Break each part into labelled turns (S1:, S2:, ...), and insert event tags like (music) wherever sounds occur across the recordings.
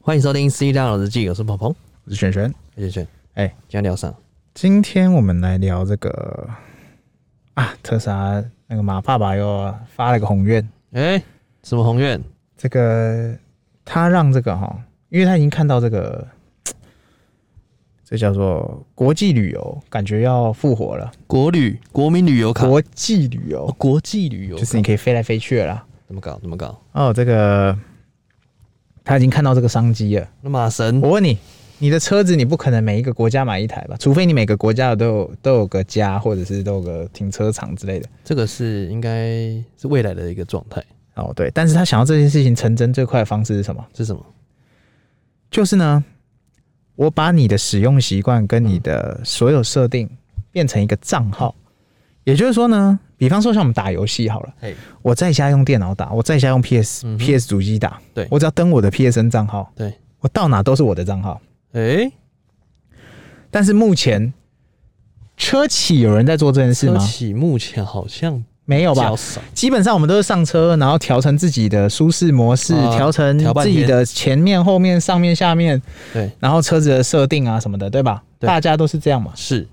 S1: 欢迎收听《C 大佬日记》，我是鹏鹏，
S2: 我是璇璇。
S1: 我是轩。
S2: 哎
S1: 今天聊啥？
S2: 今天我们来聊这个啊，特斯拉那个马爸爸又发了个宏愿，
S1: 哎、什么宏愿？
S2: 这个他让这个哈，因为他已经看到这个，这叫做国际旅游，感觉要复活了。
S1: 国旅、国民旅游卡、
S2: 国际旅
S1: 哦
S2: 游
S1: 国际旅游卡，
S2: 就是你可以飞来飞去了啦。
S1: 怎么搞？怎么搞？
S2: 哦，这个他已经看到这个商机了。
S1: 那马神
S2: 我问你，你的车子你不可能每一个国家买一台吧？除非你每个国家都有都有个家，或者是都有个停车场之类的。
S1: 这个是应该是未来的一个状态，
S2: 哦，对，但是他想要这件事情成真最快的方式是什么？
S1: 是什么？
S2: 就是呢，我把你的使用习惯跟你的所有设定变成一个账号，也就是说呢，比方说像我们打游戏好了，
S1: 嘿，
S2: 我在家用电脑打，我在家用 PS、
S1: 嗯哼
S2: PS 主机打，
S1: 对
S2: 我只要登我的 PSN 账号，
S1: 对，
S2: 我到哪都是我的账号。
S1: 哎、
S2: 但是目前车企有人在做这件事
S1: 车
S2: 吗？
S1: 企目前好像
S2: 没有
S1: 比
S2: 吧
S1: 较？少，
S2: 基本上我们都是上车，然后调成自己的舒适模式，
S1: 啊
S2: 调、成
S1: 调半
S2: 自
S1: 天
S2: 己的前面、后面、上面、下面，
S1: 对，
S2: 然后车子的设定啊什么的，对吧？
S1: 对
S2: 大家都是这样嘛。
S1: 是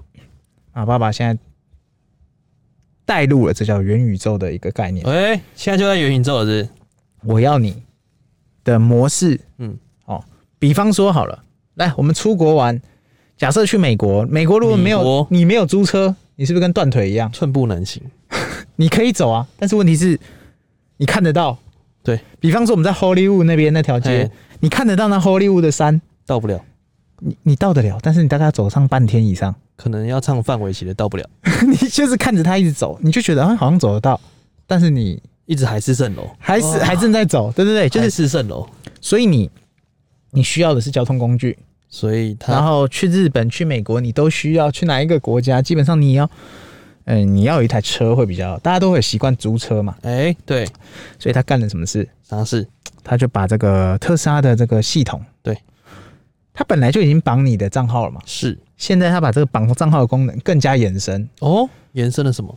S2: 啊，爸爸现在带入了这叫元宇宙的一个概念，
S1: 哎、现在就在元宇宙了是不是
S2: 我要你的模式，
S1: 嗯，
S2: 哦，比方说好了，来我们出国玩，假设去美国，美国如果没
S1: 美
S2: 有
S1: 国
S2: 你没有租车，你是不是跟断腿一样？
S1: 寸步难行。
S2: 你可以走啊，但是问题是，你看得到。
S1: 对
S2: 比方说我们在 Hollywood 那边那条街
S1: 嘿，
S2: 你看得到那 Hollywood 的山，
S1: 到不了，
S2: 你你到得了，但是你大概要走上半天以上，
S1: 可能要唱范玮琪的到不了，
S2: 你就是看着它一直走，你就觉得啊好像走得到，但是你
S1: 一直海市蜃楼，
S2: 还是、
S1: 哦
S2: 还正在走，对对对，就
S1: 海
S2: 是
S1: 市蜃楼，
S2: 所以你你需要的是交通工具，
S1: 所以
S2: 然
S1: 他
S2: 后去日本、去美国你都需要，去哪一个国家基本上你要，嗯、你要有一台车会比较，大家都会有习惯租车嘛，
S1: 哎、对，
S2: 所以他干了什么事？
S1: 啥事？
S2: 他就把这个特斯拉的这个系统，
S1: 对，
S2: 他本来就已经绑你的账号了嘛，
S1: 是
S2: 现在他把这个绑账号的功能更加延伸。
S1: 哦，延伸了什么？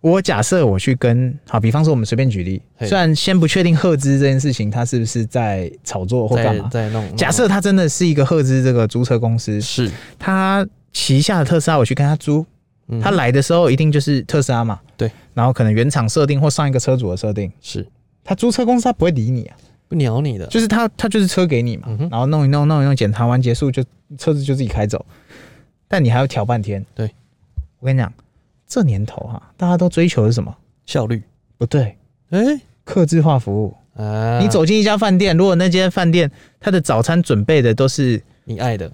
S2: 我假设我去跟好，比方说我们随便举例，
S1: 嘿
S2: 虽然先不确定赫兹这件事情，它是不是在炒作或干
S1: 在
S2: 嘛？
S1: 在弄？
S2: 假设它真的是一个赫兹这个租车公司，
S1: 是，
S2: 它旗下的特斯拉我去跟他租，
S1: 嗯
S2: 他来的时候一定就是特斯拉嘛，
S1: 对，
S2: 然后可能原厂设定或上一个车主的设定，
S1: 是
S2: 他租车公司他不会理你啊。
S1: 不鸟你的，
S2: 就是他他就是车给你嘛，
S1: 嗯哼
S2: 然后弄一弄弄一弄，检查完结束就车子就自己开走，但你还要调半天。
S1: 对，
S2: 我跟你讲，这年头哈、大家都追求的是什么？
S1: 效率。
S2: 不对，
S1: 哎、
S2: 客制化服务。
S1: 啊，
S2: 你走进一家饭店，如果那间饭店它的早餐准备的都是
S1: 你爱的，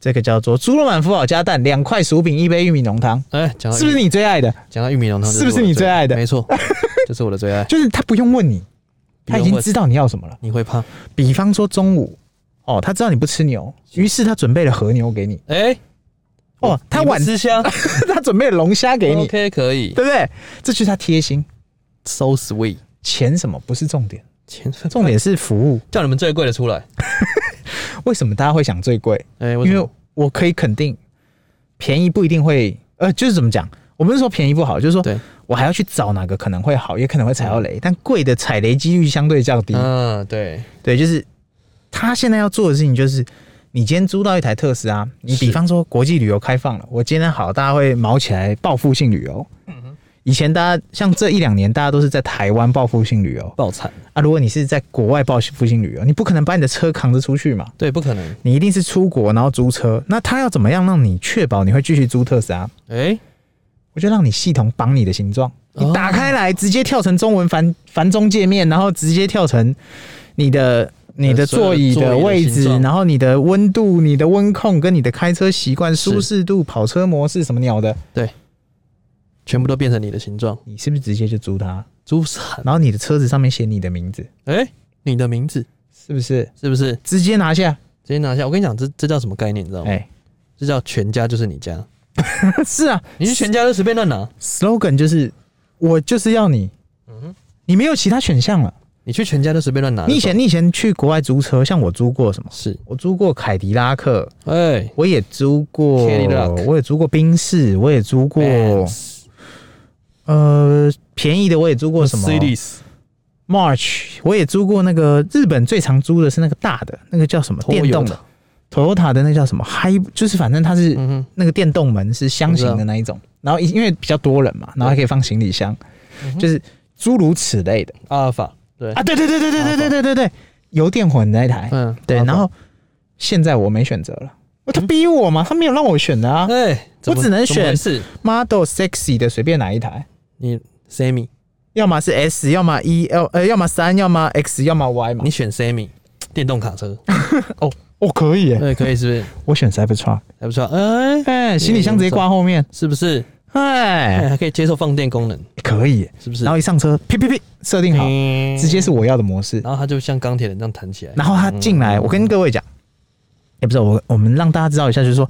S2: 这个叫做猪肉满福好加蛋，两块薯饼，一杯玉米浓汤，
S1: 哎、讲到
S2: 是不是
S1: 玉米？
S2: 你最爱的？
S1: 讲到玉米浓汤，
S2: 是不是
S1: 这我
S2: 你最爱的
S1: 没错， (laughs) 这是我的最爱。
S2: 就是他不用问你，
S1: 不
S2: 他已
S1: 用
S2: 经
S1: 问
S2: 知道你要什么了。
S1: 你会胖，
S2: 比方说中午，哦，他知道你不吃牛，于是他准备了和牛给你。
S1: 哎、
S2: 哦，他
S1: 你不
S2: 晚
S1: 吃香
S2: (laughs) 他准备了龙虾给你，
S1: ，OK 可以
S2: 对不对？这就是他贴心。
S1: ，so sweet。
S2: 钱什么不是重点，
S1: 钱
S2: 重点是服务。
S1: 叫你们最贵的出来，
S2: 为什么大家会想最贵？
S1: 哎、为什
S2: 因
S1: 么
S2: 为我可以肯定，便宜不一定会，呃，就是怎么讲？我不是说便宜不好，就是说
S1: 对，
S2: 我还要去找哪个可能会好，也可能会踩到雷，但贵的踩雷几率相对较低。
S1: 嗯，对，
S2: 对，就是他现在要做的事情就是。你今天租到一台特斯拉，你
S1: 是
S2: 比方说国际旅游开放了，我今天好，大家会毛起来报复性旅游。
S1: 嗯
S2: 以前大家像这一两年，大家都是在台湾报复性旅游，
S1: 爆惨，
S2: 啊，如果你是在国外报复性旅游，你不可能把你的车扛着出去嘛，
S1: 对，不可能。
S2: 你一定是出国然后租车。那他要怎么样让你确保你会继续租特斯拉？
S1: 哎、
S2: 我就让你系统绑你的形状，
S1: 哦
S2: 你打开来直接跳成中文繁繁中界面，然后直接跳成你的你的座椅
S1: 所有
S2: 的
S1: 的座椅的
S2: 位
S1: 形
S2: 置，
S1: 状
S2: 然后你的温度、你的温控跟你的开车习惯、
S1: 是
S2: 舒适度、跑车模式什么鸟的，
S1: 对，全部都变成你的形状，
S2: 你是不是直接就租它？
S1: 猪散。
S2: 然后你的车子上面写你的名字，
S1: 哎、你的名字
S2: 是不是
S1: 是不是？
S2: 直接拿下？
S1: 直接拿下。我跟你讲，这这叫什么概念，你知道吗？
S2: 哎、
S1: 这叫全家就是你家，
S2: 是啊，
S1: 你是全家都随便乱拿，
S2: slogan 就是我就是要你，
S1: 嗯
S2: 你没有其他选项了。
S1: 你去全家都随便乱拿。
S2: 你以前你以前去国外租车，像我租过什么？
S1: 是，
S2: 我租过凯迪拉克，
S1: 哎、
S2: 我也租过
S1: Cadillac，
S2: 我也租过宾士，我也租过
S1: Benz
S2: 呃便宜的，我也租过什么
S1: Mercedes
S2: March，我也租过那个日本最常租的是那个大的，那个叫什么电动的 Toyota 的那叫什么 h 就是反正它是
S1: 嗯哼，
S2: 那个电动门是箱型的那一种，然后因因为比较多人嘛，然后还可以放行李箱，就是诸如此类的
S1: 阿尔法，对，
S2: 嗯啊，对对对对对对对对对对，油电混那一台，
S1: 嗯，
S2: 对，
S1: 阿尔法
S2: 然后现在我没选择了，哦他逼我嘛，他没有让我选的啊
S1: 哎，怎么
S2: 我只能
S1: 怎么回
S2: 选
S1: 事，
S2: ，Model Sexy 的随便哪一台，
S1: 你 Sammy，
S2: 要么是 S，要么 E，要呃，要么三，要么 X，要么 Y 嘛
S1: 你，选 Sammy 电动卡
S2: (laughs)
S1: 车，
S2: 哦，可以耶，
S1: 对，可以是不是？
S2: 我选 Cybertruck，
S1: 还不错，哎，
S2: 哎，行李箱直接挂后面，
S1: 是不是？哎，
S2: 哎，
S1: 还可以接受放电功能，
S2: 可以耶，
S1: 是不是？
S2: 然后一上车，噼噼噼，设定好，
S1: 嗯
S2: 直接是我要的模式，
S1: 然后它就像钢铁人这样弹起来，嗯
S2: 然后他进来，我跟各位讲，也不是我，我们让大家知道一下，就是说，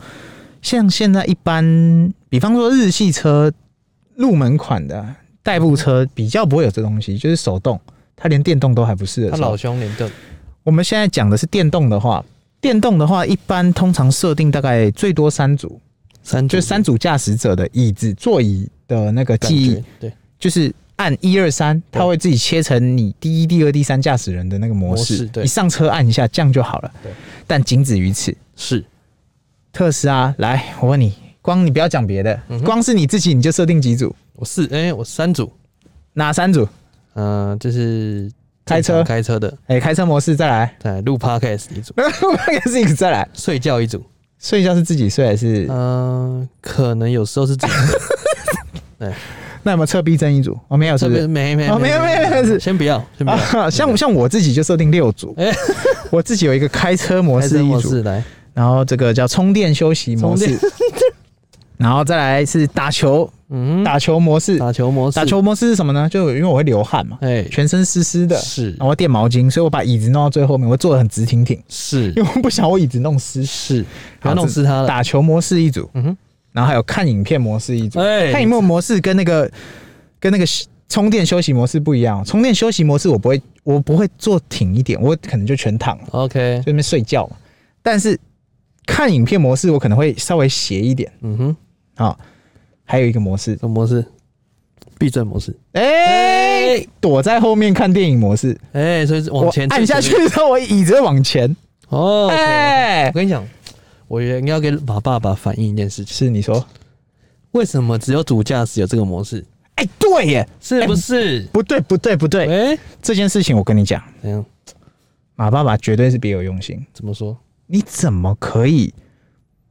S2: 像现在一般，比方说日系车入门款的代步车，比较不会有这东西，就是手动，它连电动都还不是的
S1: 他
S2: 时
S1: 老
S2: 候。
S1: 兄连凳，
S2: 我们现在讲的是电动的话，电动的话，一般通常设定大概最多三组，
S1: 三
S2: 就是三组驾驶者的椅子、座椅的那个
S1: 感
S2: 记忆
S1: 觉，，对，
S2: 就是按一二三，它会自己切成你第一、第二、第三驾驶人的那个模
S1: 模式
S2: 式，
S1: 对
S2: 你上车按一下，这样就好了
S1: 对。
S2: 但仅止于此。
S1: 是
S2: 特斯拉，来，我问你，光你不要讲别的，
S1: 嗯哼
S2: 光是你自己你就设定几组？
S1: 我四，哎，我三组，
S2: 哪三组？
S1: 嗯，就是
S2: 开车
S1: 正常开车的，
S2: 哎、开车模式
S1: (laughs)
S2: 再来，
S1: 在录 podcast 一组，
S2: 那个是一个再来。
S1: 睡觉一组，
S2: 睡觉是自己睡还是？
S1: 嗯，可能有时候是
S2: (laughs)
S1: 自己睡，
S2: 那有没有侧避震一组？我、哦、没有，是
S1: 这
S2: 不是
S1: 边？没没
S2: 哦没有没有没有是
S1: 先不要，先不要，
S2: 啊， (laughs) 像像我自己就设定六组
S1: 哎，
S2: 我自己有一个开车模
S1: 开车
S2: 式一
S1: 模
S2: 组，
S1: 式来，
S2: 然后这个叫充电休息模式
S1: 充，
S2: (laughs) 然后再来是打球
S1: 嗯，
S2: 打球模式，
S1: 打球模式，
S2: 打，球模式是什么呢？就因为我会流汗嘛，
S1: 哎，
S2: 全身湿湿的，哦
S1: 是
S2: 然后垫毛巾，所以我把椅子弄到最后面，我坐得很直挺挺，
S1: 是
S2: 因为我不想我椅子弄湿。
S1: 是，不要
S2: 好
S1: 弄
S2: 这
S1: 湿它了，
S2: 打球模式一组，
S1: 嗯哼，
S2: 然后还有看影片模式一组。
S1: 哎，
S2: 看影片模式跟那个跟那个充电休息模式不一样哦，充电休息模式我不会我不会坐挺一点，我可能就全躺了，
S1: OK，
S2: 就在那边睡觉嘛。但是看影片模式我可能会稍微斜一点
S1: 嗯哼，
S2: 啊、还有一个模式，
S1: 什么模式？避震模式，
S2: 哎、
S1: 哎
S2: 躲在后面看电影模式，
S1: 哎，所以是
S2: 我
S1: 往前
S2: 按下
S1: 最
S2: 去
S1: 前面
S2: 的时候，我椅子会往前。
S1: 哦，哎。
S2: 哎、
S1: 我跟你讲，我应该要跟马爸爸反映一件事情：
S2: 是你说，
S1: 为什么只有主驾驶有这个模式？
S2: 哎、对耶，
S1: 是哎不是？
S2: 不对不对不对，
S1: 哎、
S2: 这件事情我跟你讲，
S1: 怎样？
S2: 马爸爸绝对是别有用心。
S1: 怎么说？
S2: 你怎么可以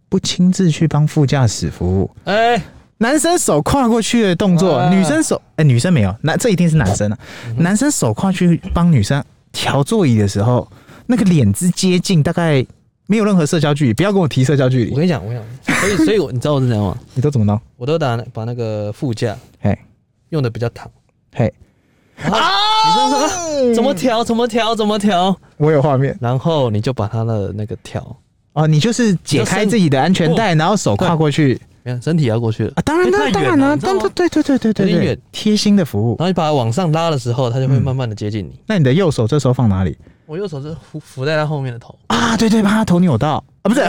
S2: 不亲自去帮副驾驶服务？
S1: 哎、
S2: 男生手跨过去的动作，
S1: 啊
S2: 女生手哎、女生没有，那这一定是男生啊。
S1: 嗯
S2: 男生手跨去帮女生调座椅的时候，那个脸之接近，大概没有任何社交距离，不要跟我提社交距
S1: 我
S2: 离。
S1: 跟你讲，我跟你讲，所以所以我你知道我是怎样吗？
S2: 你都怎么弄？
S1: 我都打把那个副驾
S2: 嘿，
S1: 用的比较躺，
S2: 嘿，
S1: 然后女生说、啊、怎么调怎么调怎么调，
S2: 我有画面
S1: 然后你就把他的那个调，
S2: 哦，你就是解开自己的安全带，然后手跨过去
S1: 你看身体摇过去了，
S2: 啊，当然
S1: 因
S2: 啦，
S1: 为哦太
S2: 当
S1: 远
S2: 然
S1: 了
S2: 啦，
S1: 你知道
S2: 当
S1: 吗
S2: 然对对对对对
S1: 有点
S2: 对
S1: 远，
S2: 贴心的服务
S1: 然。后你把它往上拉的时候，它就会慢慢的接近你。
S2: 那你的右手这时候放哪里
S1: 我右手是扶扶在他后面的头，
S2: 啊？对对，把他头扭到啊，不是，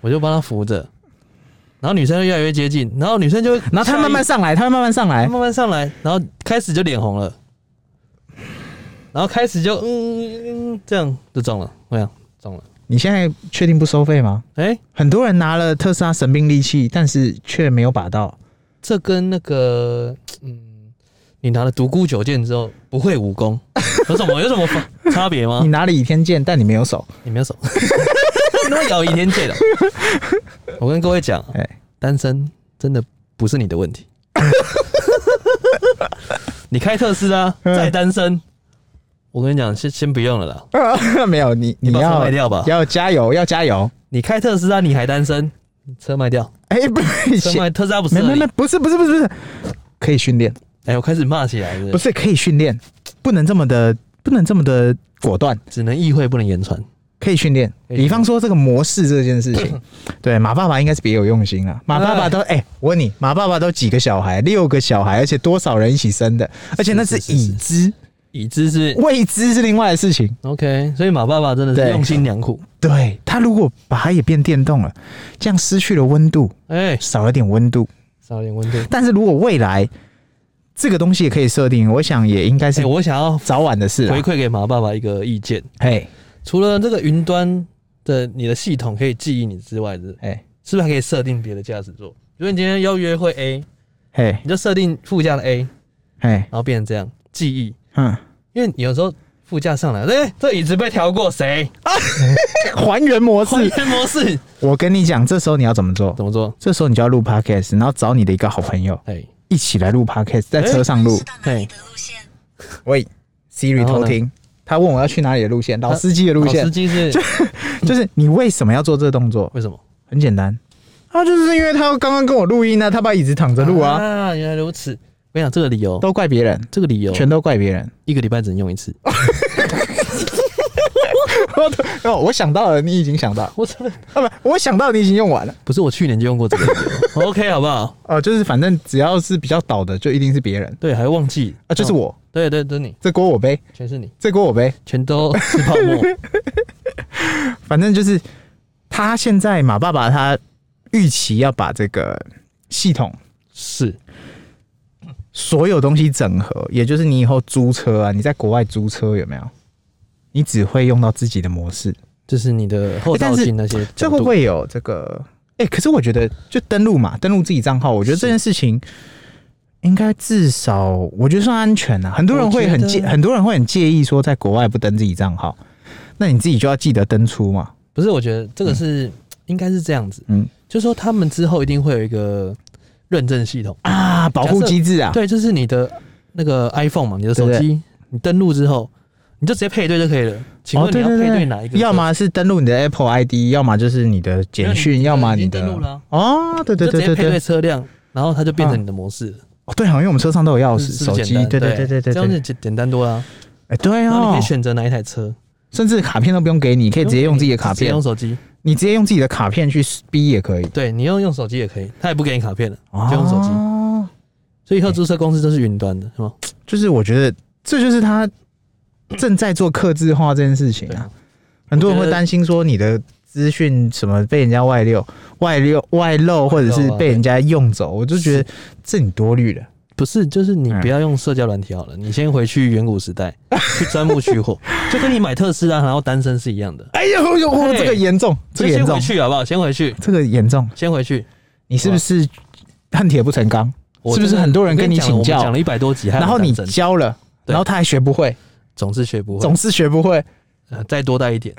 S1: 我就帮他扶着，然后女生就越来越接近，然后女生就
S2: 然后他慢慢上来，他慢慢上来
S1: 她，慢慢上来，然后开始就脸红了，然后开始就嗯嗯嗯这样就中了，我想中了，
S2: 你现在确定不收费吗？
S1: 哎、
S2: 很多人拿了特斯拉神兵利器，但是却没有把到。
S1: 这跟那个嗯，你拿了独孤九剑之后不会武功 (laughs) 有什么有什么分差别吗 (laughs)
S2: 你？拿了倚天剑，但你没有手。
S1: 你没有手， (laughs) 你怎么咬倚天剑了？我跟各位讲，
S2: 哎、 (laughs)
S1: 单身真的不是你的问题。 (laughs) 你开特斯拉
S2: 嗯
S1: 再单身，我跟你讲，先先不用了啦。
S2: 没有你，
S1: 你
S2: 你
S1: 把车卖
S2: 要
S1: 掉吧。
S2: 要加油，要加油。
S1: 你开特斯拉你还单身，车卖掉，
S2: 哎、不
S1: 车
S2: 是，
S1: 卖特斯拉不是
S2: 没没没，不是不是不是不是，可以训练，
S1: 哎，我开始骂起来了，
S2: 不是可以训练，不能这么的，不能这么的果断，
S1: 只能意会不能言传。
S2: 可以训练。
S1: 可以训练
S2: 比方说这个模式这件事
S1: (laughs)
S2: 情，对马爸爸应该是别有用心啊。马爸爸都哎、我问你，马爸爸都几个小孩？六个小孩，而且多少人一起生的？而且那是
S1: 是是是
S2: 已知，
S1: 已知是
S2: 未知是另外的事情。
S1: OK，所以马爸爸真的是
S2: 对
S1: 用心良苦。
S2: 对它如果把它也变电动了，这样失去了温度，
S1: 哎，
S2: 少了点温度。
S1: 少了点温度，
S2: 但是如果未来这个东西也可以设定，我想也应该
S1: 哎、
S2: 是啊
S1: 我想要
S2: 早晚的事
S1: 回
S2: 啦。
S1: 馈给马爸爸一个意见，
S2: 嘿，
S1: 除了这个云端的你的系统可以记忆你之外，是
S2: 哎，
S1: 是不是还可以设定别的驾驶座？比如你今天要约会 A，
S2: 嘿，
S1: 你就设定副驾的 A，然
S2: 嘿，
S1: 后变成这样记忆，
S2: 嗯，
S1: 因为你有时候副驾上来，哎、这椅子被调过，谁？
S2: 还原模
S1: 还
S2: 式。
S1: 原模式
S2: 我跟你讲，这时候你要怎么做？
S1: 怎么做？
S2: 这时候你就要录 podcast，然后找你的一个好朋友
S1: 哎、
S2: 一起来录 podcast，在车上录。
S3: 到哪里的路线？
S2: 喂，Siri
S1: 然后呢
S2: 偷听，他问我要去哪里的路线，老司机的路
S1: 老司
S2: 线，
S1: 机是
S2: 就是你为什么要做这个动作？
S1: 为什么？
S2: 很简单，啊，就是因为他刚刚跟我录音呢、他把椅子躺着录啊，
S1: 啊，原来如此。我跟你讲这个理由，
S2: 都怪别人，
S1: 这个理由
S2: 全都怪别人。
S1: 一个礼拜只能用一次。
S2: (laughs) 哦，我想到了，你已经想到，
S1: 我真的
S2: 啊不，我想到你已经用完了。
S1: 不是，我去年就用过这个理由。OK，好不 (laughs) 好？
S2: 哦，就是反正只要是比较倒的，就一定是别人
S1: 对，还忘记
S2: 啊，就是
S1: 哦
S2: 我，
S1: 对对，都是你，
S2: 这锅我背，
S1: 全是你，
S2: 这锅我背，
S1: 全都是泡
S2: (laughs)
S1: 沫。
S2: 反正就是他现在马爸爸他预期要把这个系统
S1: 是，
S2: 所有东西整合，也就是你以后租车啊，你在国外租车有没有？你只会用到自己的模式，
S1: 这是你的后照镜那些
S2: 哎这
S1: 角
S2: 会
S1: 度
S2: 不会有这个？哎、可是我觉得就登录嘛，登录自己账号，我觉得这件事情应该至少我觉得算安全啊。很多人会很
S1: 我觉
S2: 介，
S1: 得
S2: 很多人会很介意说在国外不登自己账号，那你自己就要记得登出嘛。
S1: 不是？我觉得这个是、应该是这样子，
S2: 嗯
S1: 就说他们之后一定会有一个认证系统，
S2: 啊，保护机制啊，
S1: 对，就是你的那个 iPhone 嘛，你的手
S2: 对
S1: 机，你登录之后，你就直接配对就可以了。请
S2: 哦
S1: 问你要配
S2: 对
S1: 对哪一个？
S2: 要么是登录你的 Apple ID，要么就是你的简
S1: 没有
S2: 讯，
S1: 你
S2: 要么
S1: 已
S2: 你
S1: 经
S2: 的
S1: 登录了啊
S2: 哦，对对
S1: 就直
S2: 对
S1: 接
S2: 对
S1: 配对
S2: 对，
S1: 车辆，然后它就变成你的模式了，
S2: 哦对，好像因为我们车上都有钥
S1: 是
S2: 匙、
S1: 是不
S2: 手
S1: 是
S2: 机
S1: 简，单
S2: 对对对对对
S1: 这样
S2: 对
S1: 就，简简单多啦。
S2: 哎对
S1: 然后你可
S2: 哦
S1: 以，选择哪一台车，
S2: 甚至卡片都不用给你，可以直接用自己的卡
S1: 直接
S2: 片
S1: 用，手机，
S2: 你直接用自己的卡片去逼也可以，
S1: 对你用用手机也可以，他也不给你卡片了，就用手机。啊
S2: 哦
S1: 所以以后注册公司都是云端的，是吗？
S2: 就是我觉得这就是他正在做客制化这件事情
S1: 对
S2: 啊
S1: 啊，
S2: 很多人
S1: 我觉
S2: 会
S1: 得
S2: 担心说你的。资讯什么被人家外流、外流、外漏，或者是被人家用走，我就觉得这你多虑了。
S1: 不是，就是
S2: 嗯
S1: 你不要用社交软体好了，你先回去远古时代去钻木取
S2: (laughs)
S1: 火，就跟你买特斯拉然后单身是一样的。
S2: 哎呦呦，呦
S1: 嘿
S2: 这个严重，这
S1: 哎就
S2: 个
S1: 先
S2: 严
S1: 回
S2: 重，
S1: 去好不好？先回去，
S2: 这个严重，
S1: 先回去。
S2: 你是不是恨铁不成钢？
S1: 我
S2: 是不是
S1: 真的
S2: 很多人
S1: 我跟
S2: 跟你
S1: 讲了
S2: 请
S1: 我们
S2: 教
S1: 讲了一百多集，还有
S2: 然后你
S1: 人单身
S2: 教了，
S1: 对
S2: 然后他还学不会，
S1: 总是学不会，
S2: 总是学不会，
S1: 呃再多带一
S2: (laughs)
S1: 点，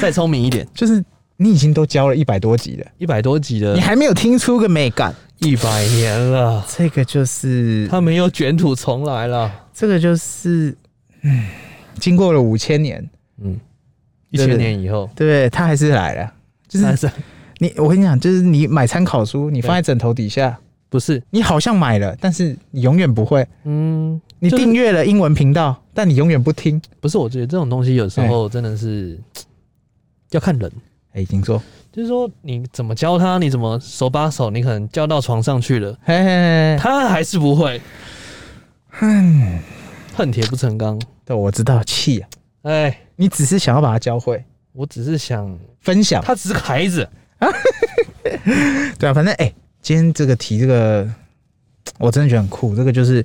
S1: 再聪明一点。
S2: 就是你已经都教了一百多集了，
S1: 一百多集的
S2: 你，还没有听出个美感。
S1: 一百年了，
S2: 这个就是，
S1: 他们又卷土重来了。
S2: 这个就是，嗯，经过了五千年，
S1: 嗯，一千年以后，
S2: 对不对？他还是来了。就
S1: 但
S2: 是
S1: 是
S2: 你，我跟你讲，就是你买参考书，你放在枕头底下，
S1: 不是？
S2: 你好像买了，但是你永远不会。
S1: 嗯，
S2: 你
S1: 就是
S2: 订阅了英文频道，但你永远不听。
S1: 不是，我觉得这种东西有时候真的是要看人，
S2: 哎，已经说，
S1: 就是说你怎么教他，你怎么手把手，你可能教到床上去了，
S2: 嘿嘿嘿，嘿
S1: 他还是不会。恨铁不成钢。
S2: 对，我知道气啊。
S1: 哎，
S2: 你只是想要把它教会
S1: 我只是想，
S2: 分享，
S1: 他只是个孩子，
S2: 对啊，反正哎、今天这个题这个我真的觉得很酷，这个就是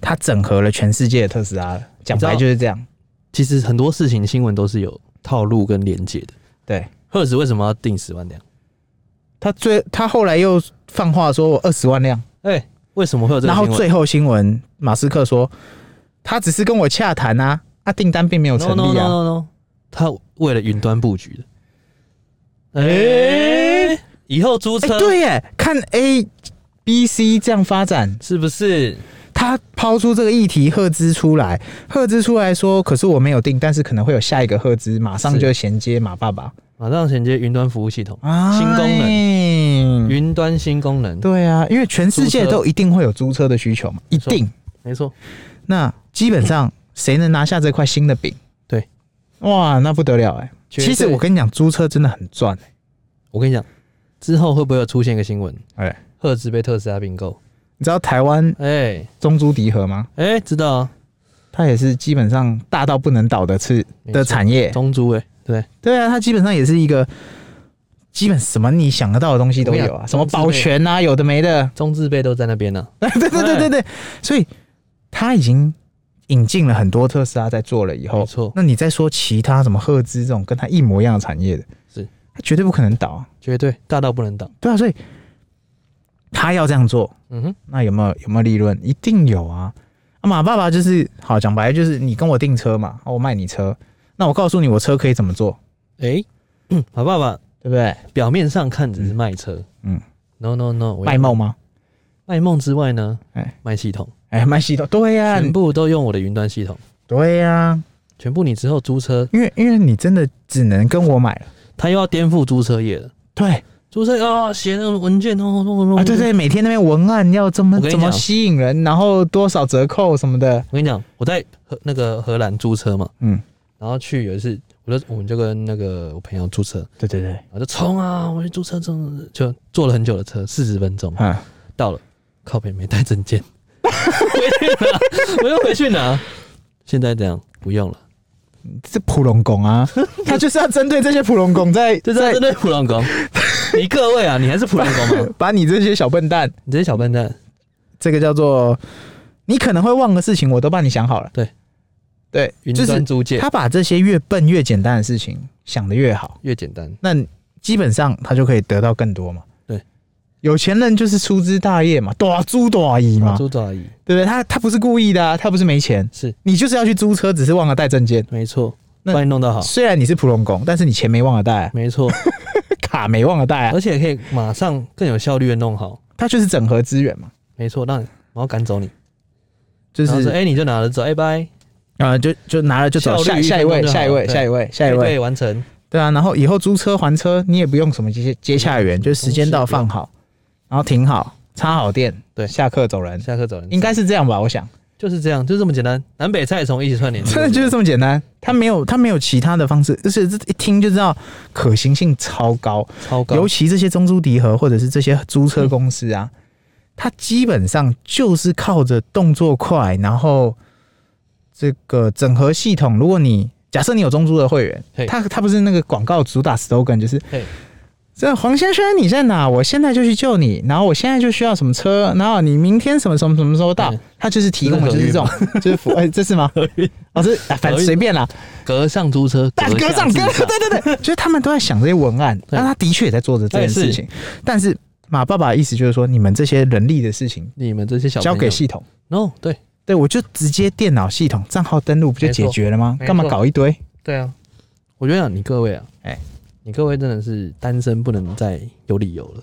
S2: 它整合了全世界的特斯拉了，讲白就是这样，
S1: 其实很多事情新闻都是有套路跟连接的。
S2: 对。
S1: 赫兹为什么要定十万辆？
S2: 他最他后来又放话说我二十万辆，
S1: 哎、为什么会有这个
S2: 然
S1: 新
S2: 后
S1: 闻？
S2: 最后新闻马斯克说他只是跟我洽谈啊，他订单并没有成
S1: no no
S2: 立
S1: no
S2: 啊，
S1: no no，他为了云端布局的。哎、以后租
S2: 哎、
S1: 车、
S2: 对耶，看 A B C 这样发展，
S1: 是不是？
S2: 他抛出这个议题，赫兹出来，赫兹出来说，可是我没有订，但是可能会有下一个赫兹，马上
S1: 是
S2: 就衔接马爸爸。
S1: 马上衔接云端服务系统，
S2: 啊，
S1: 新功能，
S2: 能。
S1: 云端新功能，
S2: 哎对啊，因为全世界
S1: 租车
S2: 都一定会有租车的需求嘛，一
S1: 错
S2: 定。
S1: 没错，
S2: 那基本上谁能拿下这块新的饼？
S1: 对，
S2: 哇，那不得了哎、
S1: 绝对
S2: 其实我跟你讲，租车真的很赚哎、
S1: 我跟你讲，之后会不会有出现一个新闻？
S2: 哎
S1: 赫兹被特斯拉并购？
S2: 你知道台湾
S1: 哎、
S2: 中租迪和吗？
S1: 哎、知道啊，
S2: 它也是基本上大到不能倒的次
S1: 没错
S2: 的产业。
S1: 中租哎、对不对，
S2: 对啊，它基本上也是一个基本什么你想得到的东西都有
S1: 我跟你
S2: 啊，
S1: 讲
S2: 什么保全啊，有的没的， (laughs)
S1: 中字辈都在那边啊呢、
S2: 对对对对对，所以他已经引进了很多特斯拉在做了以后，
S1: 没错
S2: 那你再说其他什么赫兹这种跟他一模一样的产业的，
S1: 是
S2: 他绝对不可能倒、啊，
S1: 绝对大到不能倒。
S2: 对啊，所以他要这样做，
S1: 嗯哼，
S2: 那有没有有没有利润？一定有啊！啊，马爸爸就是好讲白了，就是你跟我订车嘛，啊我卖你车，那我告诉你我车可以怎么做，
S1: 诶， (clears throat) 嗯，马爸爸
S2: 对不对？
S1: 表面上看只是卖车，
S2: 嗯
S1: ，no no no，我要
S2: 卖梦吗？
S1: 卖梦之外呢，
S2: 哎
S1: 卖系统，
S2: 哎，卖系统，对呀、
S1: 全部都用我的云端系统，
S2: 对呀、
S1: 全部你之后租车，
S2: 因为因为你真的只能跟我买了，
S1: 他又要颠覆租车业了。
S2: 对
S1: 租车啊，写那个文件哦，弄弄
S2: 啊，对，对，每天那边文案要怎么
S1: 我跟你
S2: 怎么
S1: 讲
S2: 吸引人，然后多少折扣什么的，
S1: 我跟你讲，我在荷那个荷兰租车嘛，
S2: 嗯，
S1: 然后去有一次，我就我们就跟那个我朋友租车，
S2: 对对对，
S1: 然后就冲啊，我们去租车，冲就坐了很久的车，四十分钟
S2: 啊，
S1: 到了，靠边没带证 (laughs) 件，回去拿，我又回去拿，现在这样不用了，
S2: 这普龙拱 (laughs) 啊，他就是要针对这些普龙拱在
S1: 这是针对普朗工，你各位啊，你还是普朗工吗？
S2: 把你这些小笨蛋，
S1: (laughs) 你这些小笨蛋，
S2: 这个叫做你可能会忘的事情，我都帮你想好了。
S1: 对，
S2: 对，
S1: 云
S2: 就是
S1: 端租借
S2: 他把这些越笨越简单的事情想的越好，
S1: 越简单，
S2: 那基本上他就可以得到更多嘛。
S1: 对，
S2: 有钱人就是粗枝大叶嘛，大猪大姨嘛，
S1: 租租阿姨
S2: 对不对？他他不是故意的、啊，他不是没钱，
S1: 是
S2: 你就是要去租车，只是忘了带证件。
S1: 没错，
S2: 那
S1: 把你弄到好，
S2: 虽然你是普龙工，但是你钱没忘了
S1: (laughs)
S2: 带啊、
S1: 没错，
S2: 卡没忘了带啊，
S1: 而且可以马上更有效率的弄好，
S2: 他就是整合资源嘛，
S1: 没错，让你然后赶走你，
S2: 就
S1: 然后
S2: 是
S1: 说哎、你就拿着走，哎、拜，
S2: 呃，就就拿了就走，
S1: 效
S2: 下
S1: 率
S2: 下一位，
S1: 运动就好
S2: 下一位，
S1: 对
S2: 下一位，下一
S1: 配
S2: 位
S1: 哎对，完成，
S2: 对啊，然后以后租车还车，你也不用什么接接洽员，就是时间到放好，然后停好，插好电，
S1: 对
S2: 下课走人，
S1: 下课走人，
S2: 应该是这样吧？我想，
S1: 就是这样，就这么简单，南北菜从一起串联，
S2: (laughs) 真的就是这么简单，他没有他没有其他的方式，而且这一听就知道可行性超高，
S1: 超高，
S2: 尤其这些中租迪和或者是这些租车公司啊，它基本上就是靠着动作快，然后这个整合系统。如果你假设你有中租的会员
S1: 嘿，
S2: 他他不是那个广告主打 slogan 就是
S1: 嘿，
S2: 这黄先生你在哪？我现在就去救你，然后我现在就需要什么车，然后你明天什么什么什么时候到
S1: 嗯？
S2: 他就是提供的 (laughs) 就是这种，就是服，哎，这
S1: (laughs)
S2: 是吗？哦，这啊，反正随便啦，
S1: 隔上租
S2: (laughs)
S1: 车，
S2: 但
S1: 隔
S2: 歌
S1: 上
S2: 唱
S1: 自
S2: 歌，
S1: 上
S2: 对对对，就是他们都在想这些文案，
S1: 对
S2: 那他的确也在做着这件事情。但是马爸爸的意思就是说，你们这些人力的事情
S1: 你们这些小
S2: 交
S1: 朋
S2: 给
S1: 友
S2: 系统，
S1: no 对
S2: 对我就直接电脑系统账号登录不就解决了吗？
S1: 没错
S2: 干嘛搞一堆？
S1: 对啊，我觉得啊你各位啊，
S2: 哎
S1: 你各位真的是单身不能再有理由了，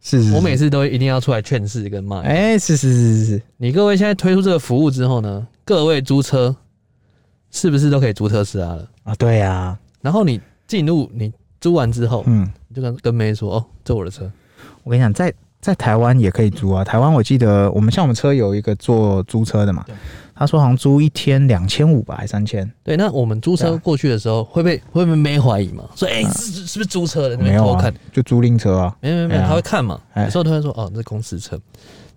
S2: 是是是，
S1: 我每次都一定要出来劝世跟骂。
S2: 嗯哎、是是是是是，
S1: 你各位现在推出这个服务之后呢，各位租车是不是都可以租特斯拉了？
S2: 啊，对啊，
S1: 然后你进入你租完之后，
S2: 嗯，
S1: 你就跟跟妹说哦，这我的车，
S2: 我跟你讲，在在台湾也可以租啊。台湾我记得我们像我们车有一个做租车的嘛
S1: 对，
S2: 他说好像租一天两千五吧，还三千。
S1: 对，那我们租
S2: 对
S1: 车
S2: 啊
S1: 过去的时候，会被会被没怀疑嘛？说哎、是是不是租车的？那
S2: 没
S1: 边
S2: 有
S1: 偷
S2: 啊
S1: 看？，
S2: 就租赁车啊，
S1: 没有没有没
S2: 哎
S1: 有，
S2: 呀
S1: 他会看嘛？
S2: 哎
S1: 有时候他会说哦，这是公司车。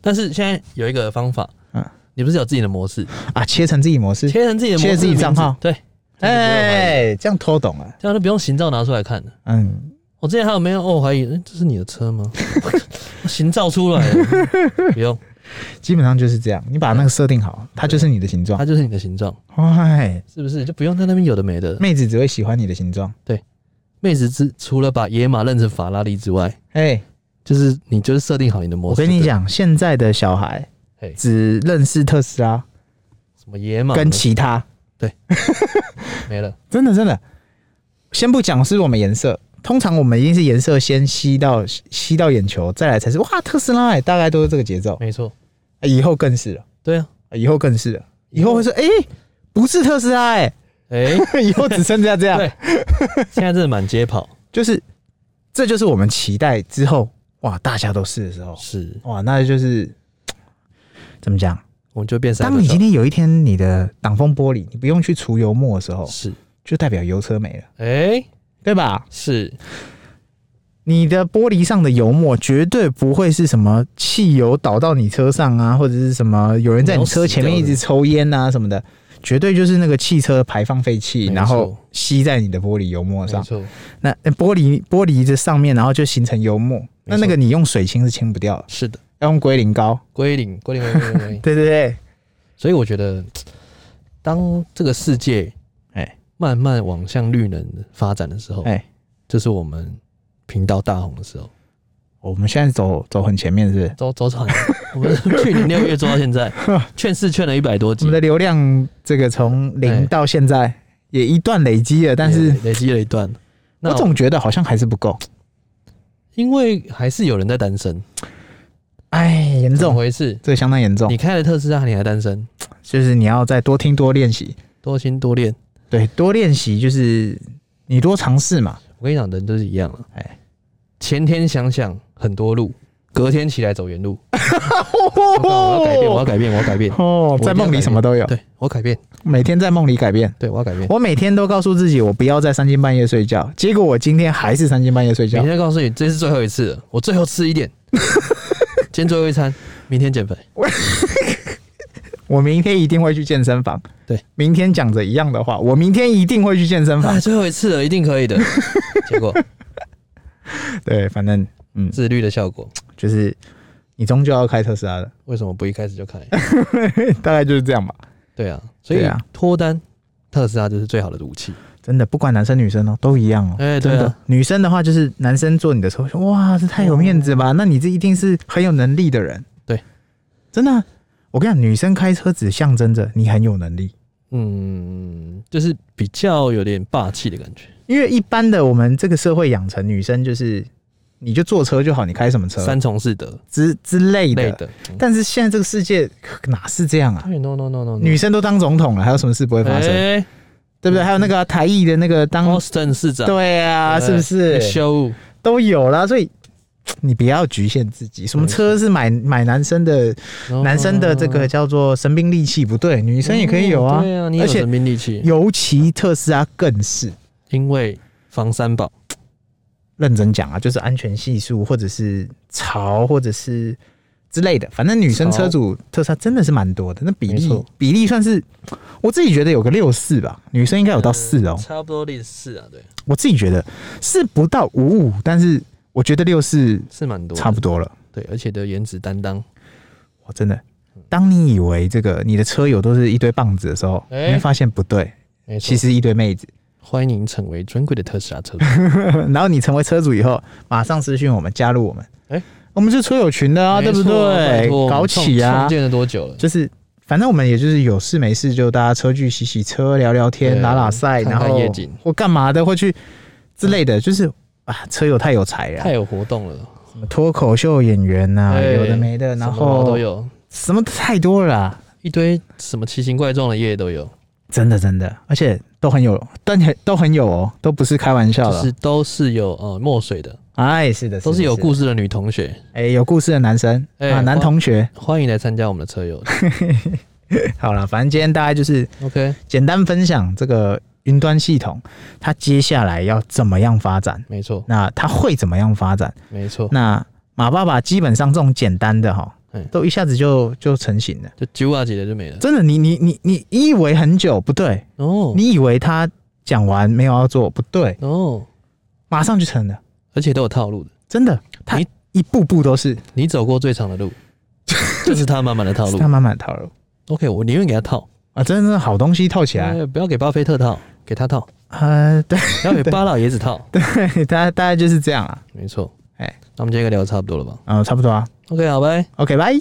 S1: 但是现在有一个方法，
S2: 嗯
S1: 你不是有自己的模式，
S2: 啊，切成自己模式，
S1: 切成自己的模
S2: 切
S1: 式
S2: 自己
S1: 的
S2: 账
S1: 名字
S2: 号
S1: 对，哎，
S2: 哎、这样偷懂了、
S1: 这样就不用行照拿出来看了。
S2: 嗯，
S1: 我之前还有没有哦，我怀疑、嗯这是你的车
S2: (laughs)
S1: 吗？我行照出来了，不用，
S2: 基本上就是这样。你把那个设定好，它就是你的形状
S1: 它。就是你的形状，
S2: 哎，
S1: 是不是？就不用在那边有的没的。
S2: 妹子只会喜欢你的形状。
S1: 妹子之除了把野马认成法拉利之外，
S2: 哎，
S1: 就是你就是设定好你的模
S2: 我
S1: 式。
S2: 跟你，讲，现在的小孩
S1: 嘿嗯
S2: 只认识特斯拉
S1: 什么野马
S2: 跟其他，
S1: 没了，
S2: 真的真的。先不讲是我们颜色，通常我们一定是颜色先吸到吸到眼球，再来才是哇特斯拉、哎，大概都是这个节奏。啊
S1: 没错，
S2: 以后更是了，
S1: 对啊，
S2: 以后更是了，以后会说哎、不是特斯拉、
S1: 哎、
S2: 哎， (laughs) 以后只剩下这样。
S1: 对现在真的满街跑，
S2: 就是这就是我们期待之后哇，大家都是的时候，
S1: 是，
S2: 哇，那就是嘖怎么讲？
S1: 我们就变三
S2: 当你今天有一天你的挡风玻璃你不用去除油墨的时候，
S1: 是，
S2: 就代表油车没
S1: 哦
S2: 了，
S1: 哎、
S2: 对吧？
S1: 是，
S2: 你的玻璃上的油墨绝对不会是什么汽油倒到你车上啊，或者是什么有人在你车前面一直抽烟啊什么的，绝对就是那个汽车排放废气，
S1: 没错
S2: 然后吸在你的玻璃油墨
S1: 没
S2: 上，
S1: 错，
S2: 那那玻璃玻璃这上面，然后就形成油墨。那那个你用水清是清不掉的，
S1: 是的，
S2: 要用龟苓膏。
S1: 归零，归零，归零归零，归
S2: (laughs)
S1: 零。
S2: 对对对，
S1: 所以我觉得，当这个世界
S2: 哎
S1: 慢慢往向绿能发展的时候，
S2: 哎，
S1: 这是我们频道大红的时候，
S2: 我们现在走走很前面，是不是？
S1: 走走场， (laughs) 我们去年六月做到现
S2: (laughs)
S1: 在，劝是劝了一百多
S2: 我
S1: 集
S2: 们，的流量这个从
S1: 哎
S2: 零到现在也一段累积了，但是
S1: 也累积了一段。
S2: 我
S1: 那
S2: 总觉得好像还是不够。
S1: 因为还是有人在单身，
S2: 哎，严
S1: 怎么
S2: 重，
S1: 回事？
S2: 这个相当严重
S1: 你，开了特斯拉，你还单身？
S2: 就是你要再多听多练习，
S1: 多心多练。
S2: 对，多练习就是你多尝试嘛。
S1: 我跟你讲，人都是一样了。哎
S2: 哎，
S1: 前天想想很多路，隔天起来走
S2: (laughs)
S1: 原路。我告诉你我要改变，我要改变，我要改变。
S2: 哦，在梦里什么都有，
S1: 对，我要改变，
S2: 每天在梦里改变。
S1: 对我要改变。
S2: 我每天都告诉自己，我不要再三更半夜睡觉，结果我今天还是三更半夜睡
S1: 明
S2: 觉。
S1: 天告诉你，这是最后一次了，我最后吃一
S2: (laughs)
S1: 点，今天最后一餐，明天减肥。
S2: 我明天一定会去健身房。
S1: 对，
S2: 明天讲着一样的话，我明天一定会去健身
S1: 哎，
S2: (laughs) 房。
S1: 最后一次了，一定可以的。 (laughs) 结果
S2: 对，反正嗯，
S1: 自律的效果，
S2: 就是你终究要开特斯拉的，
S1: 为什么不一开始就开？
S2: (laughs) 大概就是这样吧。
S1: 对啊，所以
S2: 对啊
S1: 脱单，特斯拉就是最好的武器。
S2: 真的，不管男生女生哦、都一样哦、
S1: 哎对
S2: 真
S1: 啊
S2: 的，女生的话就是男生坐你的车，我说哇，这太有面子吧？那你这一定是很有能力的人。
S1: 哦对，
S2: 真的啊、我跟你讲，女生开车只象征着你很有能力。
S1: 嗯，就是比较有点霸气的感觉，
S2: 因为一般的我们这个社会养成女生就是，你就坐车就好，你开什么车
S1: 三从四德
S2: 之之类的。
S1: 类的。嗯
S2: 但是现在这个世界可哪是这样啊？
S1: 哎 no no no no，
S2: 女生都当总统了，还有什么事不会发生？
S1: 哎哦
S2: 对不对？还有那个啊、台艺的那个当，
S1: ，Austin 市长
S2: 对啊，
S1: 对
S2: 是不是
S1: 修
S2: 都有啦？所以你不要局限自己，什么车是买买男生的，男生的这个叫做神兵利器，不对，女
S1: 女
S2: 生也可以有啊。
S1: 对啊，你有
S2: 而且
S1: 神兵利器，
S2: 尤其特斯拉更是，
S1: 因为防三宝，
S2: 认真讲啊，就是安全系数，或者是潮，或者是之类的。反正女生车主特斯拉真的是蛮多的，那比
S1: 没
S2: 例
S1: 错
S2: 比例算是我自己觉得有个六四吧，女生应该有
S1: 呃
S2: 到四哦、
S1: 差不多类似啊，对，
S2: 我自己觉得是不到五五，但是我觉得六四
S1: 是蛮多，
S2: 差不
S1: 多，
S2: 多了。
S1: 对，而且的颜值担当，
S2: 我真的，当你以为这个你的车友都是一堆棒子的时候，
S1: 哎
S2: 你会发现不对，
S1: 没错
S2: 其实一堆妹子。 (laughs)
S1: 欢迎成为尊贵的特斯拉车主，
S2: 然后你成为车主以后，马上私讯我们，加入我们。
S1: 哎
S2: 我们是车友群的啊，
S1: 没
S2: 对不
S1: 错拜
S2: 对
S1: 托？
S2: 搞起
S1: 创
S2: 啊
S1: 创！建了多久了？
S2: 就是反正我们也就是有事没事就大家车聚洗洗车、聊聊天、
S1: 对
S2: 拉拉赛，
S1: 看
S2: 然
S1: 看
S2: 后
S1: 夜景
S2: 或干嘛的，或去之类的，就是啊，车友太有才
S1: 太
S2: 了，
S1: 有活动了，
S2: 什么脱口秀演员呐、
S1: 哎
S2: 啊有的没的，
S1: 什
S2: 然
S1: 么毛
S2: 后
S1: 都有，
S2: 什么太多了啊、
S1: 一堆什么奇形怪状的夜都有，
S2: 真的真的，而且都很有，但很都很有哦，都不是开玩笑
S1: 就
S2: 的。
S1: 是都是有呃墨水的，
S2: 哎，是的，
S1: 都是有
S2: 事，
S1: 故事的女同学，
S2: 哎，有故事的男生
S1: 哎
S2: 啊，男
S1: 花
S2: 同学。
S1: 欢迎来参加我们的车友。
S2: 好了，反正今天大概就是
S1: OK，
S2: 简单分享这个云端系统，它接下来要怎么样发展？
S1: (laughs) 没错，
S2: 那它会怎么样发展？
S1: 没错，
S2: 那马爸爸基本上这种简单的哈
S1: 嗯，
S2: 都一下子就就成型了。
S1: 就九啊姐姐就没了。
S2: 真的，你你你你你以为很久，不对，
S1: 哦，
S2: 你以为他讲完没有要做，不对，
S1: 哦，
S2: 马上就成了，
S1: 而且都有套路的。
S2: 真的，他
S1: 你
S2: 一步步都是
S1: 你走过最长的
S2: (laughs)
S1: 路，就是他满满的套
S2: 是
S1: 路
S2: 他。满满套路
S1: OK，我宁愿给他套，
S2: 啊，真的是好东西套起来，
S1: 呃不要给巴菲特套，给他套，
S2: 呃， (laughs) 对，
S1: 不要给巴老爷子套。
S2: (laughs) 大概大概就是这样啊，
S1: 没错，
S2: 哎，
S1: 那我们今天应该聊得差不多了吧
S2: 嗯，差不多啊
S1: ？OK，好，拜。
S2: ，OK，拜。